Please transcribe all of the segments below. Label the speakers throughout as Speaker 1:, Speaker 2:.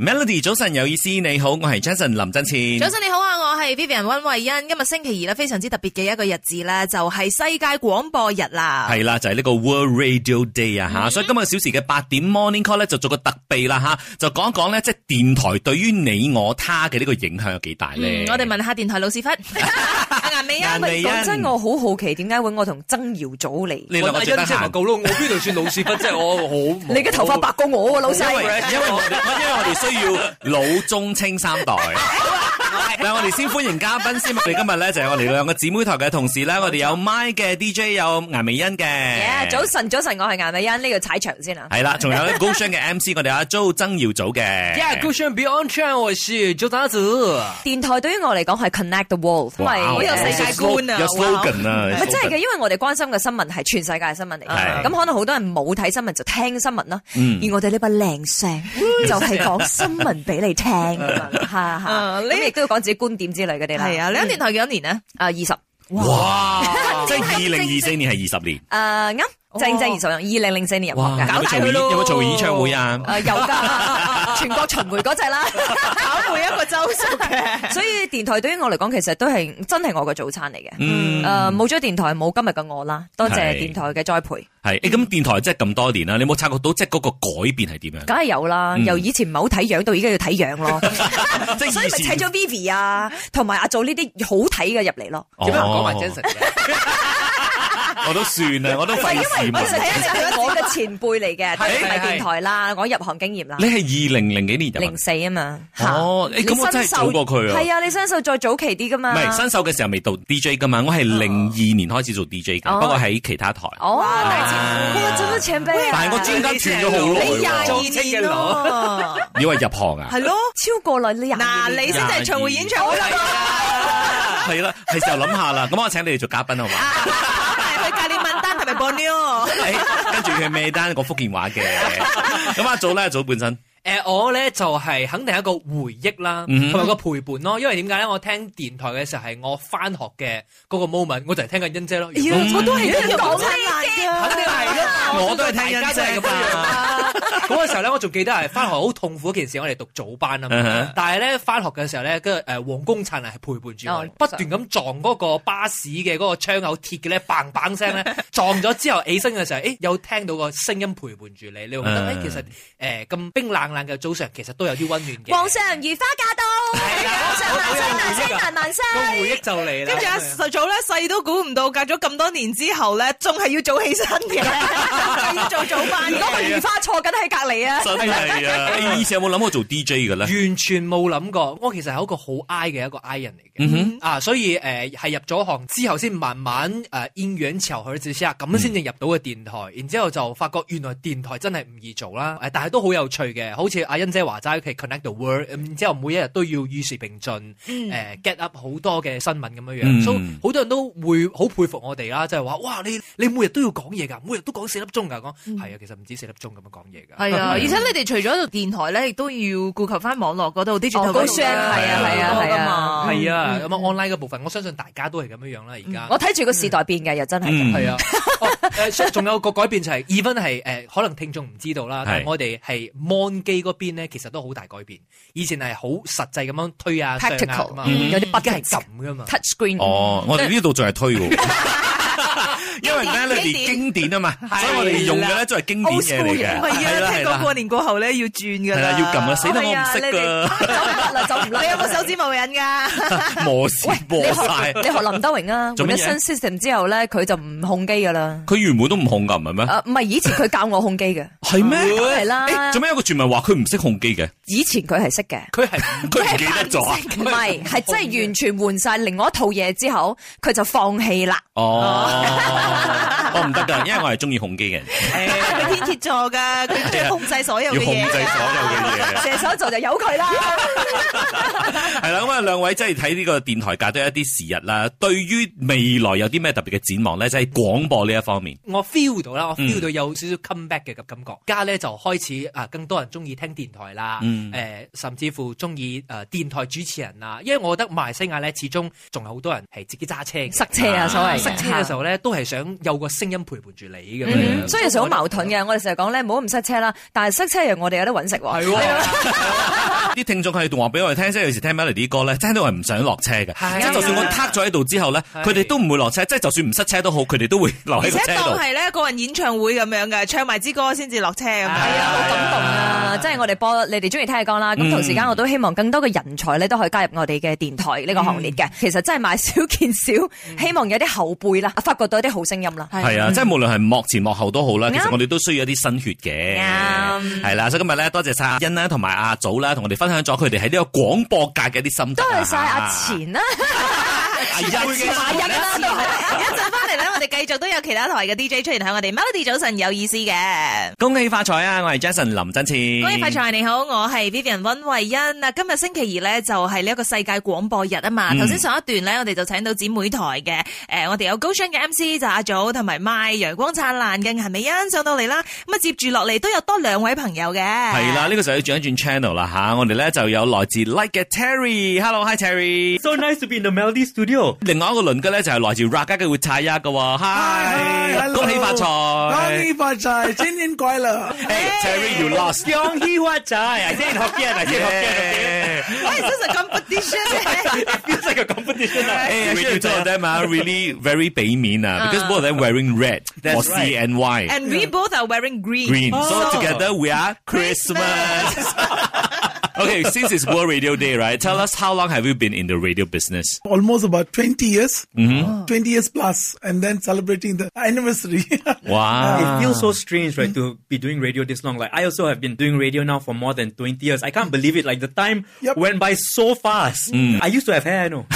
Speaker 1: Melody 早晨有意思，你好，我係 Jason 林振前。
Speaker 2: 早晨你好啊，我係 Vivian 溫慧欣。今日星期二咧，非常之特別嘅一個日子咧，就係、世界廣播日啦。
Speaker 1: 係啦，就係、呢個 World Radio Day
Speaker 2: 嗯
Speaker 1: 啊吓，所以今日小時嘅八點 Morning Call 咧就做個特備啦吓，就講一講咧即係電台對於你我他嘅呢個影響有幾大咧、
Speaker 2: 嗯我哋問下電台老屎忽，阿顏美
Speaker 1: 顏
Speaker 2: 欣。
Speaker 1: 美欣
Speaker 3: 講真，我好好奇點解揾我同曾耀祖嚟？
Speaker 1: 你兩個
Speaker 4: 我
Speaker 1: 最得
Speaker 4: 欣姐咪
Speaker 1: 閒。
Speaker 4: 夠咯，我邊度算老屎忽啫？我好
Speaker 3: 你嘅頭髮白過我喎，老
Speaker 1: 因為
Speaker 3: 細。
Speaker 1: 因為我哋因為我哋需要老中青三 代。嗱，我哋先歡迎嘉賓先。我哋今日咧就係我哋兩個姊妹台嘅同事咧，我哋有 My 嘅 DJ，有顏美欣嘅。
Speaker 3: Yeah，早晨，早晨，我係顏美欣，呢個踩場先啊。
Speaker 1: 係啦，仲有咧高商嘅 MC，我哋阿 Jo 曾耀祖嘅。
Speaker 4: Yeah, g o o d n Beyond Chan，我是周達子。
Speaker 3: 電台對於我嚟講係 connect the world，因為
Speaker 1: 哇
Speaker 2: 好有世界觀啊
Speaker 1: 有 slogan 啊，
Speaker 3: 唔係真係嘅，因為我哋關心嘅新聞係全世界嘅新聞嚟
Speaker 1: 係
Speaker 3: 嘅，咁可能好多人冇睇新聞就聽新聞啦，
Speaker 1: 嗯
Speaker 3: 而我哋呢把靚 聲就係講新聞俾你聽啊咁樣，嚇嚇，
Speaker 2: 嗯呢
Speaker 3: 你亦都要講自己觀點之類嗰啲啦。
Speaker 2: 係啊，你喺電台幾多年呢？
Speaker 3: 啊，二十，
Speaker 1: 哇！ 即係二零二四年係二十年，
Speaker 3: 誒呃啱，
Speaker 2: 哦
Speaker 3: 正正二十，二零零四年入行
Speaker 1: 有
Speaker 3: 嘅，
Speaker 1: 冇做演有冇做
Speaker 3: 嗯
Speaker 1: 演唱會啊？
Speaker 3: 誒有㗎， 全國巡迴嗰 隻啦。
Speaker 2: 搞每一個周數 嘅。
Speaker 3: 所以電台對於我嚟講，其實都係真係我嘅早餐嚟嘅。
Speaker 1: 嗯
Speaker 3: 誒，，冇咗電台冇今日嘅我啦，多謝
Speaker 1: 係嗯
Speaker 3: 電台嘅栽培，
Speaker 1: 係誒，咁電台即係咁多年啦，你有冇察覺到即係嗰個改變係點樣？
Speaker 3: 梗係有啦。
Speaker 1: 嗯
Speaker 3: 由以前唔係好睇樣，到而家要睇樣 咯，
Speaker 1: 即係
Speaker 3: 所以咪
Speaker 1: 以前
Speaker 3: 請咗 Vivi 啊，同埋阿祖呢啲好睇嘅入嚟咯。
Speaker 1: 哦
Speaker 4: 點解唔講埋 Jason 嘅？
Speaker 1: 我都算啊 啦，我都費事
Speaker 3: 我
Speaker 1: 問。
Speaker 3: 一係我嘅前輩嚟嘅，都
Speaker 1: 係
Speaker 3: 唔係
Speaker 4: 係
Speaker 3: 電台啦，我入行經驗啦
Speaker 1: 你。係二零零幾年入
Speaker 3: 零
Speaker 1: 行
Speaker 3: 四啊嘛，
Speaker 1: 哦
Speaker 3: 嚇
Speaker 1: 誒咁我真係早過佢啊
Speaker 3: 係啊，你新秀再早期啲噶
Speaker 1: 唔
Speaker 3: 嘛？
Speaker 1: 係新手嘅時候未到 DJ 噶嘛，我係零二年開始做 DJ 嘅，
Speaker 3: 哦
Speaker 1: 不過喺其他台。
Speaker 3: 哦，大
Speaker 1: 啊
Speaker 3: 前輩，哇，做乜前輩啊？
Speaker 1: 但係我中間斷咗好耐
Speaker 2: 你廿
Speaker 1: 喎，
Speaker 2: 二
Speaker 4: 做職嘅
Speaker 2: 年
Speaker 4: 佬
Speaker 2: 咯，
Speaker 1: 你話入行啊？
Speaker 2: 係咯。
Speaker 3: 超過耐，你廿二
Speaker 2: 嗱，
Speaker 3: 年
Speaker 2: 你先係巡迴演唱會啦
Speaker 1: 係啦，係時候諗下啦。咁我請你哋做嘉賓好嘛？
Speaker 2: 係去格列文丹同埋 b o n e
Speaker 1: 誒跟住佢咩單講福建話 嘅，咁阿祖咧，阿祖本身
Speaker 4: 誒，我咧就係肯定係一個回憶啦，
Speaker 1: 嗯
Speaker 4: 同埋個陪伴咯。因為點解咧？我聽電台嘅時候係我翻學嘅嗰個 moment，我就係聽緊欣姐咯。如果
Speaker 1: 我都
Speaker 2: 係
Speaker 3: 一樣講
Speaker 4: 肯定係啦，
Speaker 1: 我都係啊聽欣姐㗎嘛
Speaker 4: 嘛。嗰個時候咧，我仲記得係翻學好痛苦一件事，我哋讀早班啊
Speaker 1: 嗯哼
Speaker 4: 嘛。但係咧翻學嘅時候咧，跟住誒皇宮啊燦爛係陪伴住
Speaker 3: 哦
Speaker 4: 我，不斷咁撞嗰個巴士嘅嗰個窗口鐵嘅咧，bang bang 聲咧，撞咗之後起身嘅時候，誒有聽到個聲音陪伴住你，你會覺得
Speaker 1: 嗯
Speaker 4: 誒其實誒咁冰冷冷嘅早上，其實都有啲温暖嘅。
Speaker 3: 皇上如花駕到，皇上萬歲萬歲
Speaker 4: 係啊
Speaker 3: 萬萬歲。
Speaker 4: 個回憶就嚟啦。
Speaker 2: 跟住阿十祖咧，細都估唔到，隔咗咁多年之後咧，仲係要早起身嘅，仲 要做早班
Speaker 3: 如果
Speaker 2: 嘅。
Speaker 3: 個如花坐緊喺隔離啊，
Speaker 1: 真係啊！你以前有冇諗過做 DJ 嘅咧？
Speaker 4: 完全冇諗過，我其實係一個好 I 嘅一個 I 人嚟嘅。
Speaker 1: 嗯哼
Speaker 4: 啊，所以誒係、入咗行之後，先慢慢誒因緣巧合之下，咁先至入到嘅電台。然之後就發覺原來電台真係唔易做啦。誒、但係都好有趣嘅，好似阿欣姐話齋，佢 connect the world，嗯然之後每一日都要與時並進，誒、
Speaker 2: 嗯
Speaker 4: get up 好多嘅新聞咁樣樣，
Speaker 1: 嗯
Speaker 4: 所以好多人都會好佩服我哋啦，即係話哇，你你每日都要講嘢㗎，每日都講四粒鐘㗎，講
Speaker 1: 嗯
Speaker 4: 係啊，其實唔止四粒鐘咁樣講嘢㗎。
Speaker 2: 係啊，而且你哋除咗做電台咧，亦都要顧及翻網絡嗰度 digital
Speaker 3: 哦
Speaker 2: 嗰
Speaker 3: 高
Speaker 2: 度
Speaker 3: 商係
Speaker 1: 啊係啊
Speaker 2: 好多
Speaker 3: 係啊
Speaker 2: 㗎嘛
Speaker 4: 係
Speaker 1: 嗯
Speaker 4: 啊，咁啊 online 嘅部分，我相信大家都係咁樣樣啦。而家
Speaker 3: 我睇住個時代變嘅，又真係嘅。
Speaker 1: 嗯
Speaker 4: 係啊，哦誒，仲有個改變就係，even 係誒，可能聽眾唔知道啦，但
Speaker 1: 係
Speaker 4: 係我哋係 mon 機嗰邊咧，其實都好大改變。以前係好實際咁樣推啊、上啊
Speaker 3: Tactical，
Speaker 4: 咁嘛
Speaker 3: 嗯有啲不
Speaker 4: 而家係
Speaker 3: 停
Speaker 4: 咁噶嘛。
Speaker 3: touch screen
Speaker 1: 哦，我哋呢度仲係推嘅 喎，因為 Melody 經
Speaker 2: 經
Speaker 1: 典啊嘛，
Speaker 4: 啦
Speaker 1: 所以我哋用嘅咧都係經典嘢嚟嘅，
Speaker 2: 唔係
Speaker 1: 係啦
Speaker 2: 啊，
Speaker 1: 係
Speaker 2: 聽
Speaker 1: 啦
Speaker 2: 講過年過後咧要轉噶
Speaker 1: 係
Speaker 2: 啦，
Speaker 1: 啦，要撳啊！死啦，我唔識噶，
Speaker 3: 係啊你哋走唔甩啦，走唔甩。
Speaker 2: 你有冇手指無人噶？
Speaker 1: 磨屎磨
Speaker 3: 你
Speaker 1: 晒
Speaker 3: 學。 你學林德榮啊，
Speaker 1: 做乜嘢
Speaker 3: 換咗新 system 之後咧，佢就唔控機 噶啦。啊
Speaker 1: 佢原本都唔控噶，唔係咩？
Speaker 3: 誒，唔係以前佢教我控機嘅，
Speaker 1: 係咩？
Speaker 3: 係啦
Speaker 1: 誒做。咩有個傳聞話佢唔識控機嘅？
Speaker 3: 以前佢係識嘅。
Speaker 4: 佢係
Speaker 1: 佢唔記得咗啊？
Speaker 3: 唔係，係真係完全換晒另外一套嘢之後，佢就放棄啦。
Speaker 1: 哦，我唔得噶，因為我係中意控機嘅人。
Speaker 2: 佢天蝎座噶，佢
Speaker 3: 啊
Speaker 2: 中意控制所有嘅
Speaker 1: 要控制
Speaker 2: 嘢
Speaker 1: 所有嘅 嘢。
Speaker 3: 射手座就由佢啦。
Speaker 1: 係啦，咁啊，兩位即係睇呢個電台界都有一啲時日啦。對於未來有啲咩特別嘅展望咧，即係廣播呢一方面。
Speaker 4: 我 feel 到啦，我
Speaker 1: 嗯
Speaker 4: feel 到有少少 come back 嘅感覺。而家咧就開始啊，更多人中意聽電台啦，誒、
Speaker 1: 嗯
Speaker 4: 甚至乎中意誒電台主持人啊啦。因為我覺得馬來西亞咧，始終仲有好多人係自己揸車嘅
Speaker 3: 塞車啊，所謂
Speaker 4: 塞車嘅時候咧，都係想有個聲聲音陪伴住你咁
Speaker 1: 嗯
Speaker 4: 樣。
Speaker 1: 哼
Speaker 3: 所以其實好矛盾嘅，我哋成日講咧，唔好咁塞車啦，但係塞車又我哋有得揾食喎。
Speaker 4: 係喎。
Speaker 1: 啲聽眾係話俾我哋聽，即係有時聽 Melody 啲歌咧，聽到係唔想落車嘅，
Speaker 4: 係
Speaker 1: 即係就算我撻咗喺度之後咧，
Speaker 4: 係
Speaker 1: 佢哋都唔會落車，即係就算唔塞車都好，佢哋都會留
Speaker 2: 而
Speaker 1: 哦喺
Speaker 2: 且
Speaker 1: 個車
Speaker 2: 當
Speaker 1: 度。
Speaker 2: 係咧個人演唱會咁樣嘅，唱埋支歌先至落車咁樣。
Speaker 3: 係
Speaker 4: 係
Speaker 3: 啊，好嗯感動啊！即係我哋播你哋中意聽嘅歌啦。咁同時間我都希望更多嘅人才咧都可以加入我哋嘅電台呢個行列嘅。其實真係買少見少，希望有啲後輩啦，發掘到一啲好聲音啦。
Speaker 1: 係啊，即係無論係幕前幕後都好啦，
Speaker 3: 啱
Speaker 1: 其實我哋都需要一啲新血嘅。
Speaker 3: 啱
Speaker 1: 係啦，所以今日咧，多謝晒阿欣啦，同埋阿祖啦，同我哋分享咗佢哋喺呢個廣播界嘅一啲心得
Speaker 3: 多
Speaker 1: 啊。
Speaker 3: 謝晒阿錢啦，
Speaker 1: 阿欣。
Speaker 3: 阿欣啦，都係
Speaker 2: 一陣翻嚟咧，我哋繼續都有其他台嘅 DJ 出現喺我哋 Melody 早晨有意思嘅。
Speaker 1: 恭喜發財啊！我係 Jason 林真前。
Speaker 2: 各位快財你好，我係 Vivian 温慧欣啊！今日星期二咧就係呢一個世界廣播日啊嘛。
Speaker 1: 嗯
Speaker 2: 頭先上一段咧，我哋就請到姊妹台嘅，誒、呃我哋有高商嘅 MC 就阿祖同埋 My 陽光燦爛嘅顏美欣上到嚟啦。咁啊接住落嚟都有多兩位朋友嘅，
Speaker 1: 係
Speaker 2: 係
Speaker 1: 啦，呢、個時候要轉一轉 channel 啦吓，我哋咧就有來自 Like 嘅 Terry，Hello，Hi Terry。
Speaker 5: So nice to be in the Melody Studio。
Speaker 1: 另外一個鄰居咧就係來自 Raga 嘅活柴一嘅喎
Speaker 5: 嗨
Speaker 1: ，Hi，
Speaker 5: ，hello
Speaker 1: 恭喜發
Speaker 5: 恭
Speaker 1: 財。
Speaker 5: 喜發財，新年快樂！
Speaker 1: Hey Terry，you lost。
Speaker 5: 恭喜發財，I say it Hokkien, I say it Hokkien, okay？
Speaker 2: 喂，真係 咁 competition 嘅
Speaker 5: Feels like a competition 啊
Speaker 1: Hey, actually, you told them are really very 俾面啊，because both of them wearing red
Speaker 5: That's
Speaker 1: for C
Speaker 5: right.
Speaker 1: and Y
Speaker 2: ，and we both are wearing green。
Speaker 1: green. So
Speaker 5: Oh.
Speaker 1: together we are Christmas. Okay, since it's World Radio Day, right? Tell us how long have you been in the radio business?
Speaker 6: almost about 20 years,
Speaker 1: Mm-hmm.
Speaker 2: Ah.
Speaker 6: 20 years plus, and then celebrating the anniversary.
Speaker 1: Wow.
Speaker 5: It feels so strange, right, to be doing radio this long. Like I also have been doing radio now for more than twenty years. I can't believe it. Like the time
Speaker 6: Yup.
Speaker 5: went by so fast. I used to have hair, I know.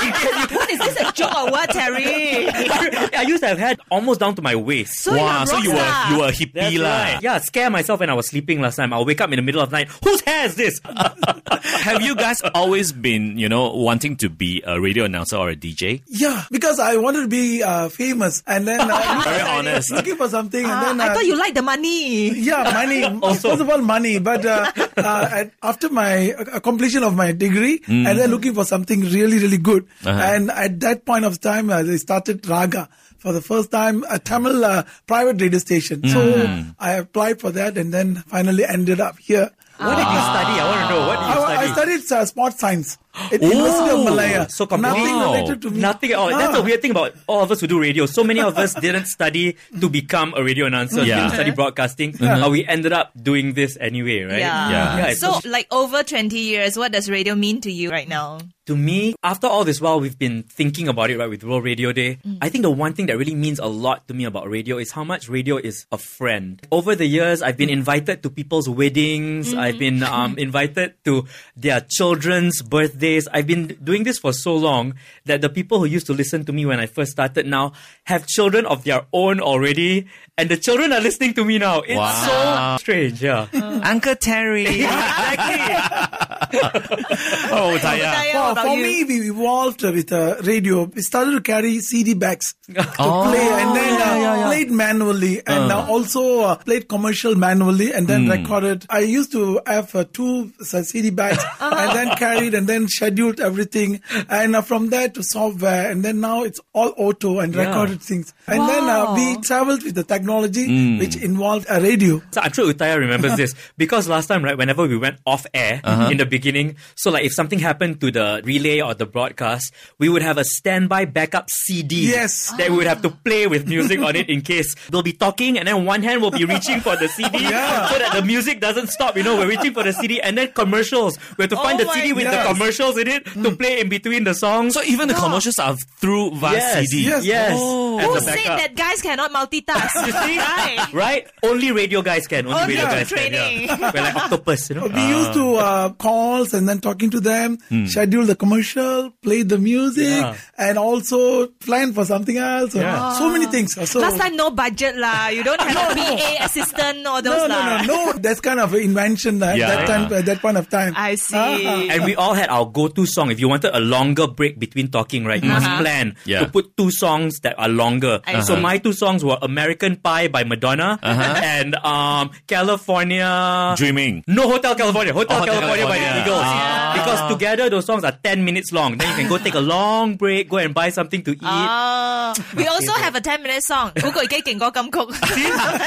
Speaker 2: What is this a joke or
Speaker 3: 啊
Speaker 2: what, Terry？
Speaker 5: I used to have hair almost down to my waist.
Speaker 2: So you
Speaker 1: Wow,
Speaker 2: are
Speaker 1: so you were
Speaker 2: rockstar.
Speaker 1: you were hippie lah.
Speaker 5: Yeah, scare myself when I was sleeping last time. I'll wake up in the middle of the night. Whose hair is this?
Speaker 1: Have you guys always been, you know, wanting to be a radio announcer or a DJ?
Speaker 6: yeah, because I wanted to be uh, famous and then uh,
Speaker 1: Very honest.
Speaker 6: looking for something.
Speaker 2: Ah,
Speaker 6: and then,
Speaker 2: I
Speaker 6: uh,
Speaker 2: thought you like the money。
Speaker 6: yeah, money. First of all, money. But uh, uh, at- after my uh, completion of my degree,
Speaker 1: Mm.
Speaker 6: and then looking for something really, really good.
Speaker 1: Uh-huh.
Speaker 6: And at that point of time, uh, they started Raga for the first time, a Tamil uh, private radio station.
Speaker 1: Mm.
Speaker 6: So I applied for that, and then finally ended up here.
Speaker 2: Ah.
Speaker 5: what did you study? I want to know. What did you
Speaker 6: I, I
Speaker 5: study?
Speaker 6: studied uh, sports science at University of Malaya.
Speaker 5: so complete.
Speaker 6: nothing
Speaker 1: Wow.
Speaker 6: related to me.
Speaker 5: Nothing at all. That's
Speaker 6: Ah.
Speaker 5: the weird thing about all of us who do radio. So many of us didn't study to become a radio announcer,
Speaker 1: Yeah.
Speaker 5: didn't study broadcasting, but we ended up doing this anyway, right?
Speaker 2: Yeah.
Speaker 1: Yeah.
Speaker 5: it's-
Speaker 2: So, like over 20 years, what does radio mean to you right now?
Speaker 5: to me, after all this while we've been thinking about it, right, with World Radio Day, I think the one thing that really means a lot to me about radio is how much radio is a friend. Over the years, I've been invited to people's weddings. I've been um, invited to their children's birthdays. I've been doing this for so long that the people who used to listen to me when I first started now have children of their own already, and the children are listening to me now. It's
Speaker 1: Wow.
Speaker 5: so strange, yeah.
Speaker 1: Uncle Terry. oh, Taya.
Speaker 2: Daya,
Speaker 6: Wow,
Speaker 2: what about
Speaker 6: for
Speaker 2: you?
Speaker 6: me, we evolved with uh, radio. We started to carry CD bags to
Speaker 1: Oh,
Speaker 6: play and then
Speaker 1: yeah,
Speaker 6: uh,
Speaker 1: yeah, yeah.
Speaker 6: played manually and uh, also uh, played commercial manually and then recorded. I used to have uh, two uh, CD bags and then carried and then scheduled everything. And uh, from there to software. And then now it's all auto and recorded things. And then uh,
Speaker 3: Wow.
Speaker 6: we traveled with the technology which involved a radio.
Speaker 5: So I'm sure Utaya remembers this because last time, right, whenever we went off air in the beginning, so like if something happened to the relay or the broadcast, we would have a standby backup CD.
Speaker 6: Yes.
Speaker 5: That we would have to play with music on it in case we'll be talking and then one hand will be reaching for the CD
Speaker 6: Yeah.
Speaker 5: so that the music doesn't stop. You know, we're reaching for the CD and then commercials. We have to find
Speaker 2: Oh
Speaker 5: the
Speaker 2: my
Speaker 5: CD with
Speaker 6: Yes.
Speaker 5: the commercials in it to play in between the songs.
Speaker 1: So even the commercials are through via
Speaker 5: yes,
Speaker 1: CD.
Speaker 5: yes, yes. as
Speaker 2: Who
Speaker 5: a
Speaker 2: said
Speaker 5: backup.
Speaker 2: that guys cannot multitask?
Speaker 5: You see?
Speaker 2: Right.
Speaker 5: Right? Only radio guys can. Only,
Speaker 2: Only
Speaker 5: radio guys
Speaker 2: training.
Speaker 5: can. Yeah. We're like octopus, you know.
Speaker 6: We used to uh, calls and then talking to them, schedule the commercial, play the music,
Speaker 5: Yeah.
Speaker 6: and also plan for something else. or
Speaker 5: Yeah.
Speaker 6: So many things. So
Speaker 2: Ah. Last time, no budget lah. You don't have a PA assistant or
Speaker 6: no,
Speaker 2: those
Speaker 6: no,
Speaker 2: lah.
Speaker 6: no, no. That's kind of invention at
Speaker 1: Yeah.
Speaker 6: that time. At that point of time.
Speaker 2: I
Speaker 6: Ah, ah.
Speaker 2: see.
Speaker 5: and we all had our go-to song. If you wanted a longer break between talking, right, you must plan
Speaker 1: Yeah.
Speaker 5: to put two songs that are longer.
Speaker 2: Uh-huh. I
Speaker 5: So
Speaker 2: see.
Speaker 5: my two songs were "American Pie" by Madonna
Speaker 1: Uh-huh.
Speaker 5: and um, "California."
Speaker 1: Dreaming.
Speaker 5: No, Hotel California. Hotel,
Speaker 1: Oh, Hotel
Speaker 5: California, by the
Speaker 1: California. Ah.
Speaker 5: Eagles. Because together those songs are 10 minutes long. Then you can go take a long break, go and buy something to eat.
Speaker 2: Oh, we also have a ten minute song，古巨基勁歌金曲。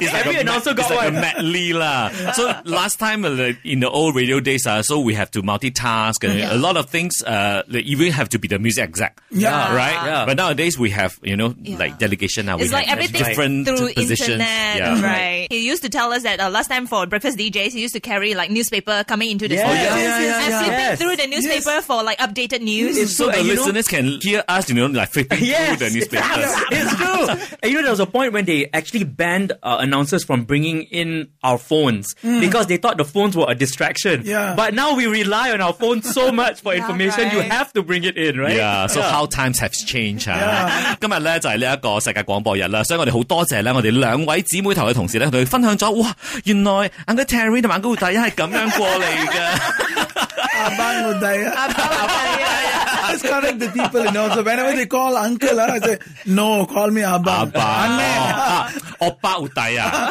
Speaker 1: It's like
Speaker 5: Every
Speaker 1: a
Speaker 5: announcer
Speaker 1: ma-
Speaker 5: got
Speaker 1: it's like
Speaker 5: one.
Speaker 1: a medley lah. So last time uh, like, in the old radio days, uh, so we have to multitask and a lot of things. Uh, like, even have to be the music exact.
Speaker 6: Yeah.
Speaker 1: right.
Speaker 5: Yeah.
Speaker 1: But nowadays we have you know
Speaker 2: Yeah.
Speaker 1: like delegation now. We
Speaker 2: It's like
Speaker 1: have
Speaker 2: everything
Speaker 1: different
Speaker 2: through
Speaker 1: positions.
Speaker 2: internet,
Speaker 1: Yeah.
Speaker 2: right? He used to tell us that uh, last time for breakfast DJs, he used to carry like newspaper coming into the
Speaker 5: Yes.
Speaker 2: studio
Speaker 5: Oh, yeah, yeah, yeah,
Speaker 2: and
Speaker 5: yeah.
Speaker 2: flipping
Speaker 5: Yes.
Speaker 2: through the newspaper for like updated news.
Speaker 1: So the
Speaker 5: And you know-
Speaker 1: listeners can hear us, you know, like flipping
Speaker 5: Yes,
Speaker 1: through the newspapers.
Speaker 5: yes, it's true. And you know, there was a point when they actually banned uh, announcers from bringing in our phones because they thought the phones were a distraction.
Speaker 6: Yeah.
Speaker 5: But now we rely on our phones so much for information, you
Speaker 2: right.
Speaker 5: have to bring it in, right?
Speaker 1: Yeah, so how times have changed 啊！ 今日咧就係呢一個世界廣播日啦，所以我哋好多謝咧我哋兩位姊妹頭嘅同事咧，佢哋分享咗，哇！原來 Uncle Terry 同埋 Uncle 大一係咁樣過嚟 嘅，
Speaker 6: ah, Abang Udaya.
Speaker 2: 啊，
Speaker 6: Let's correct the people, you know. So whenever they call uncle, ah, I say, no, call me Abang.
Speaker 1: 阿爸
Speaker 6: Anne.
Speaker 1: 啊， 惡巴活弟啊！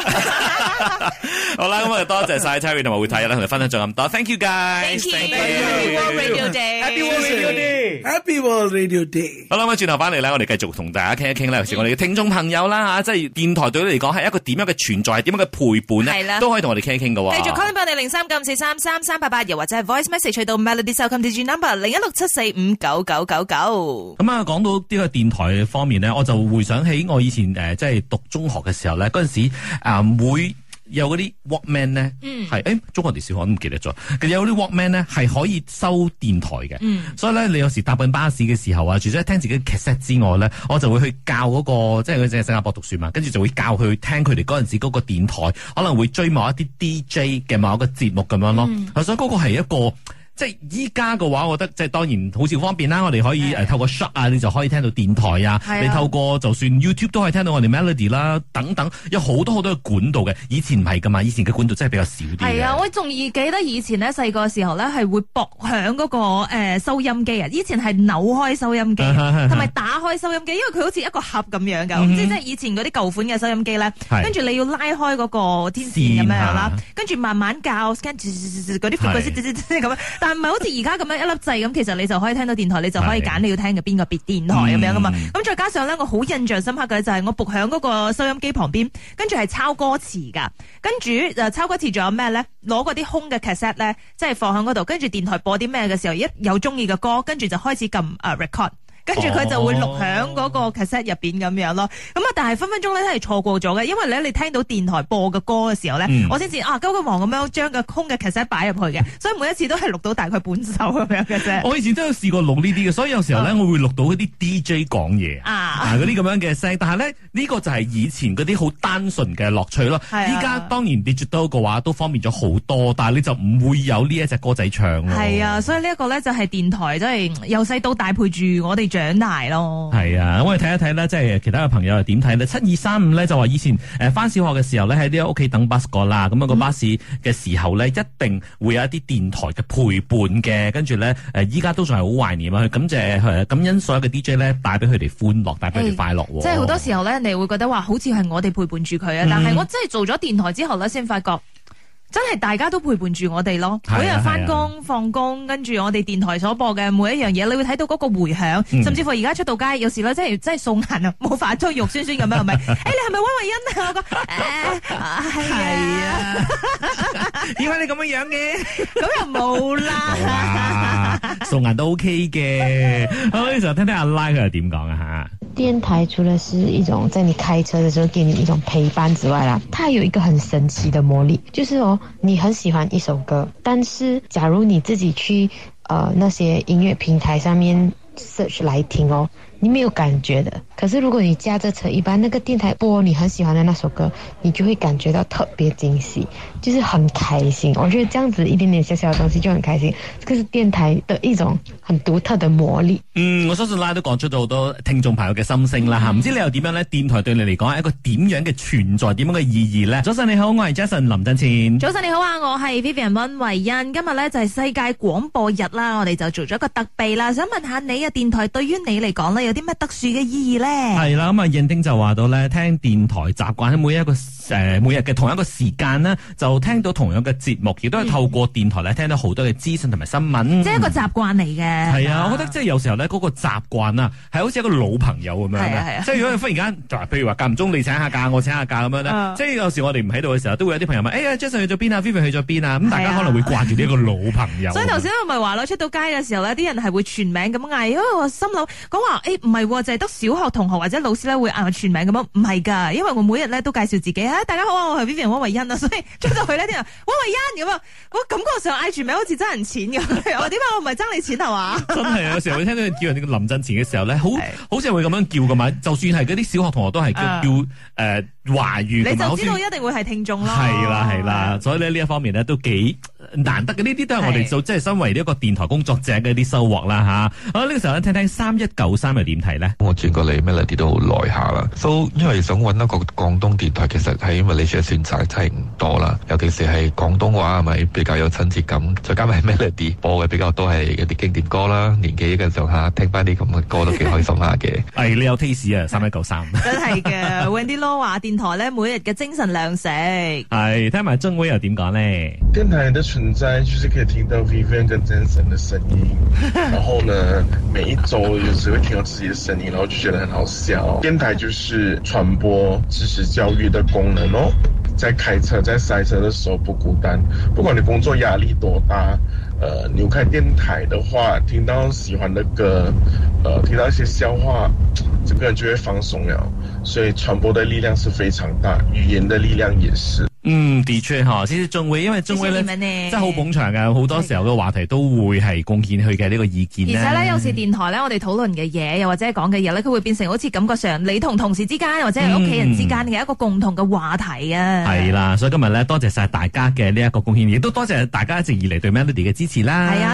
Speaker 1: 好啦，咁我哋多謝晒 Terry 同埋活弟啦，同你分享咗咁多，thank you guys，
Speaker 2: Thank you. Happy
Speaker 1: you
Speaker 2: World Radio Day.
Speaker 5: Happy World Radio Day.
Speaker 6: Happy World Radio Day.
Speaker 1: 好啦，咁轉頭翻嚟咧，我哋繼續同大家傾一
Speaker 2: 嗯
Speaker 1: 傾啦。尤其是我哋嘅聽眾朋友啦嚇，即係電台對你嚟講係一個點樣嘅存在，係點樣嘅陪伴
Speaker 2: 係
Speaker 1: 咧，
Speaker 2: 啦
Speaker 1: 都可以同我哋傾一傾嘅喎。
Speaker 2: 繼續 call 俾我哋零三九四三三三八八，又或者係 voice message 去到 Melody 收 o Digi number 零一六七四五九九九九。
Speaker 1: 咁啊，講到呢個電台方面咧，我就回想起我以前誒、呃即係讀中學嘅時候咧，嗰陣時啊、會有嗰啲 Walkman 咧，係誒、中學定小學我都唔記得咗，其實有啲 Walkman 咧係可以收電台嘅，所以咧你有時搭緊巴士嘅時候啊，除咗聽自己嘅 cassette 之外咧，我就會去教嗰、個即係佢喺新加坡讀書嘛，跟住就會教佢聽佢哋嗰陣時嗰個電台，可能會追某一啲 DJ 嘅某一個節目咁樣咯，所以嗰個係一個。即係依家嘅話，我覺得即係當然好少方便啦。我哋可以誒透過 shot 啊，你就可以聽到電台啊。
Speaker 2: 係啊
Speaker 1: 你透過就算 YouTube 都可以聽到我哋 melody 啦，等等，有好多好多嘅管道嘅。以前唔係噶嘛，以前嘅管道真係比較少啲嘅。
Speaker 7: 係啊，我仲記得以前咧細個嘅時候咧係會駁響嗰個誒收音機啊，以前係扭開收音機，同埋打開收音機，因為佢好似一個盒咁樣㗎，我唔知即係以前嗰啲舊款嘅收音機咧，
Speaker 1: 係
Speaker 7: 跟住你要拉開嗰個天線咁樣啦
Speaker 1: 線啊，
Speaker 7: 跟住慢慢校，跟住嗰啲 frequency 咁樣，但唔係好似而家咁樣一粒掣咁，其實你就可以聽到電台，你就可以
Speaker 1: 係
Speaker 7: 揀你要聽嘅邊個別電台咁樣噶嘛
Speaker 1: 嗯。
Speaker 7: 咁再加上咧，我好印象深刻嘅就係我駁響嗰個收音機旁邊，跟住係抄歌詞㗎。跟住誒抄歌詞仲有咩咧？攞嗰啲空嘅 cassette 咧，即係放喺嗰度，跟住電台播啲咩嘅時候，一有中意嘅歌，跟住就開始撳誒 record。跟住佢就會錄響嗰個 cassette 入邊咁樣咯，呃咁啊但係分分鐘咧都係錯過咗嘅，因為咧你聽到電台播嘅歌嘅時候咧，
Speaker 1: 嗯
Speaker 7: 我先至啊鳩金黃咁樣將個空嘅 cassette 擺入去嘅，所以每一次都係錄到大概半首咁樣嘅啫。
Speaker 1: 我以前都有試過錄呢啲嘅，所以有時候咧，我會錄到嗰啲 DJ 講嘢
Speaker 7: 哦啊
Speaker 1: 啊，嗰啲咁樣嘅聲。但係咧，呢個就係以前嗰啲好單純嘅樂趣咯。
Speaker 7: 係啊
Speaker 1: 依家當然 digital 嘅話都方便咗好多，但係你就唔會有呢一隻歌仔唱咯。
Speaker 7: 係啊，所以呢一個咧就係電台，即係由細到大陪住我哋長大咯。
Speaker 1: 係啊，咁我哋睇一睇咧，即係其他嘅朋友又點睇咧？七二三五咧就話以前誒翻、小學嘅時候咧，喺呢個屋企等巴士過啦，咁樣啊
Speaker 7: 嗯
Speaker 1: 個巴士嘅時候咧，一定會有一啲電台嘅陪伴嘅，跟住咧誒依家都仲係好懷念啊！感謝誒感恩所有嘅 DJ 咧，帶俾佢哋歡樂，帶俾佢哋快樂喎。
Speaker 7: 嗯即係好多時候咧，你會覺得話好似係我哋陪伴住佢啊，
Speaker 1: 嗯
Speaker 7: 但係我真係做咗電台之後咧，先發覺。真係大家都陪伴住我哋咯，
Speaker 1: 係啊
Speaker 7: 每日翻
Speaker 1: 係
Speaker 7: 工放工，跟住我哋電台所播嘅每一樣嘢，你會睇到嗰個回響，
Speaker 1: 嗯
Speaker 7: 甚至乎而家出到街，有時咧真係真係送行啊，冇化妝肉酸酸咁樣，係 咪？誒、哎你係咪温慧欣啊？我講誒係啊，
Speaker 1: 點解你咁樣樣嘅？
Speaker 7: 咁又冇啦。
Speaker 1: 哇， 素顏都 OK 嘅。好，呢時候聽聽阿拉佢又點講啊嚇。
Speaker 8: 电台除了是一种在你开车的时候给你一种陪伴之外啦，它还有一个很神奇的魔力，就是哦，你很喜欢一首歌，但是假如你自己去呃那些音乐平台上面 search 来听哦，你没有感觉的。可是如果你驾着车，一般那个电台播你很喜欢的那首歌，你就会感觉到特别惊喜，就是很开心。我觉得这样子一点点小小的东西就很开心，这个是电台的一种很独特的魔力。
Speaker 1: 嗯，我相信啦都講出咗好多聽眾朋友嘅心聲啦吓，唔知你又點樣咧？電台對你嚟講係一個點樣嘅存在，點樣嘅意義咧？早晨你好，我係 Jason 林振前。
Speaker 7: 早晨你好啊，我係 Vivian 温慧欣，今日咧就係世界廣播日啦，我哋就做咗一個特備啦，想問下你啊，電台對於你嚟講咧有啲咩特殊嘅意義咧？
Speaker 1: 係啦，咁啊，燕丁就話到咧，聽電台習慣喺每一個誒、呃每日嘅同一個時間呢，就聽到同樣嘅節目，亦都係透過電台咧聽到好多嘅資訊同埋新聞。
Speaker 7: 即係一個習慣嚟嘅。
Speaker 1: 係啊，我覺得即係有時候咧，嗰個習慣啊，係好似一個老朋友咁樣
Speaker 7: 係啊係啊
Speaker 1: 嘅。即係如果你忽然間，嗱譬如話間唔中你請下假，我請下假咁樣咧
Speaker 7: 啊，
Speaker 1: 即係有時我哋唔喺度嘅時候，都會有啲朋友問：哎呀，Jason 去咗邊啊，Vivian 去咗邊啊？咁大家可能會掛住呢一個老朋友。
Speaker 7: 所以頭先我咪話咯，出到街嘅時候咧，啲人係會全名咁嗌，因為我心諗講話，誒唔係喎，就係得小學同學或者老師咧會嗌我全名咁樣，唔係㗎，因為我每日咧都介紹自己，啊大家好啊，我係 Vivian 汪慧欣啊，所 以出到去呢啲人汪慧欣咁啊，我感覺上嗌全名好似爭人錢咁，我點解我唔係爭你錢係嘛？
Speaker 1: 真係啊有時 候會聽到佢叫人哋林振前嘅時候咧，好好似係會咁樣叫噶嘛。就算係嗰啲小學同學都係叫
Speaker 7: 啊
Speaker 1: 叫誒華語㗎
Speaker 7: 你
Speaker 1: 嘛，
Speaker 7: 就
Speaker 1: 好
Speaker 7: 知
Speaker 1: 似
Speaker 7: 道一定會係聽眾咯。
Speaker 1: 係啦係啦，所以咧呢一方面咧都幾呃難得嘅，呢啲都係我哋
Speaker 7: 係
Speaker 1: 做即係身為呢一個電台工作者嘅一啲收穫啦吓。好呢、個時候咧聽聽三一九三又點睇咧？
Speaker 9: 我轉過嚟 Melody 都好耐下啦，so 因為想揾一個廣東電台，其實喺 Malaysia 選擇真係唔多啦，尤其是係廣東話係咪比較有親切感，再加埋 Melody 播嘅比較多係一啲經典歌啦，年紀嘅上下聽翻啲咁嘅歌都幾開心下嘅。
Speaker 1: 係、你有 taste 啊，三一九三。
Speaker 7: 真 係嘅，Wendy Law 話電台咧每日嘅精神糧食。
Speaker 1: 係聽埋曾威又點講咧？
Speaker 10: 电台的存在就是可以听到 Vivian 跟 Jensen 的声音，然后呢，每一周有时会听到自己的声音，然后就觉得很好笑。电台就是传播知识教育的功能哦，在开车在塞车的时候不孤单，不管你工作压力多大，呃，扭开电台的话，听到喜欢的歌，呃，听到一些笑话，整个人就会放松了。所以传播的力量是非常大，语言的力量也是。
Speaker 1: 嗯，的確嚇，其實仲會因為仲會咧
Speaker 7: 謝謝你們呢
Speaker 1: 真係好捧場嘅，好多時候嘅話題都會係貢獻佢嘅呢個意見
Speaker 7: 而且咧，有時電台咧，我哋討論嘅嘢，又或者講嘅嘢咧，佢會變成好似感覺上你同同事之間，或者係屋企人之間嘅一個共同嘅話題
Speaker 1: 嗯
Speaker 7: 啊。
Speaker 1: 係啦，所以今日咧多謝晒大家嘅呢一個貢獻，亦都多謝大家一直以嚟對 Melody 嘅支持啦。
Speaker 7: 係啊。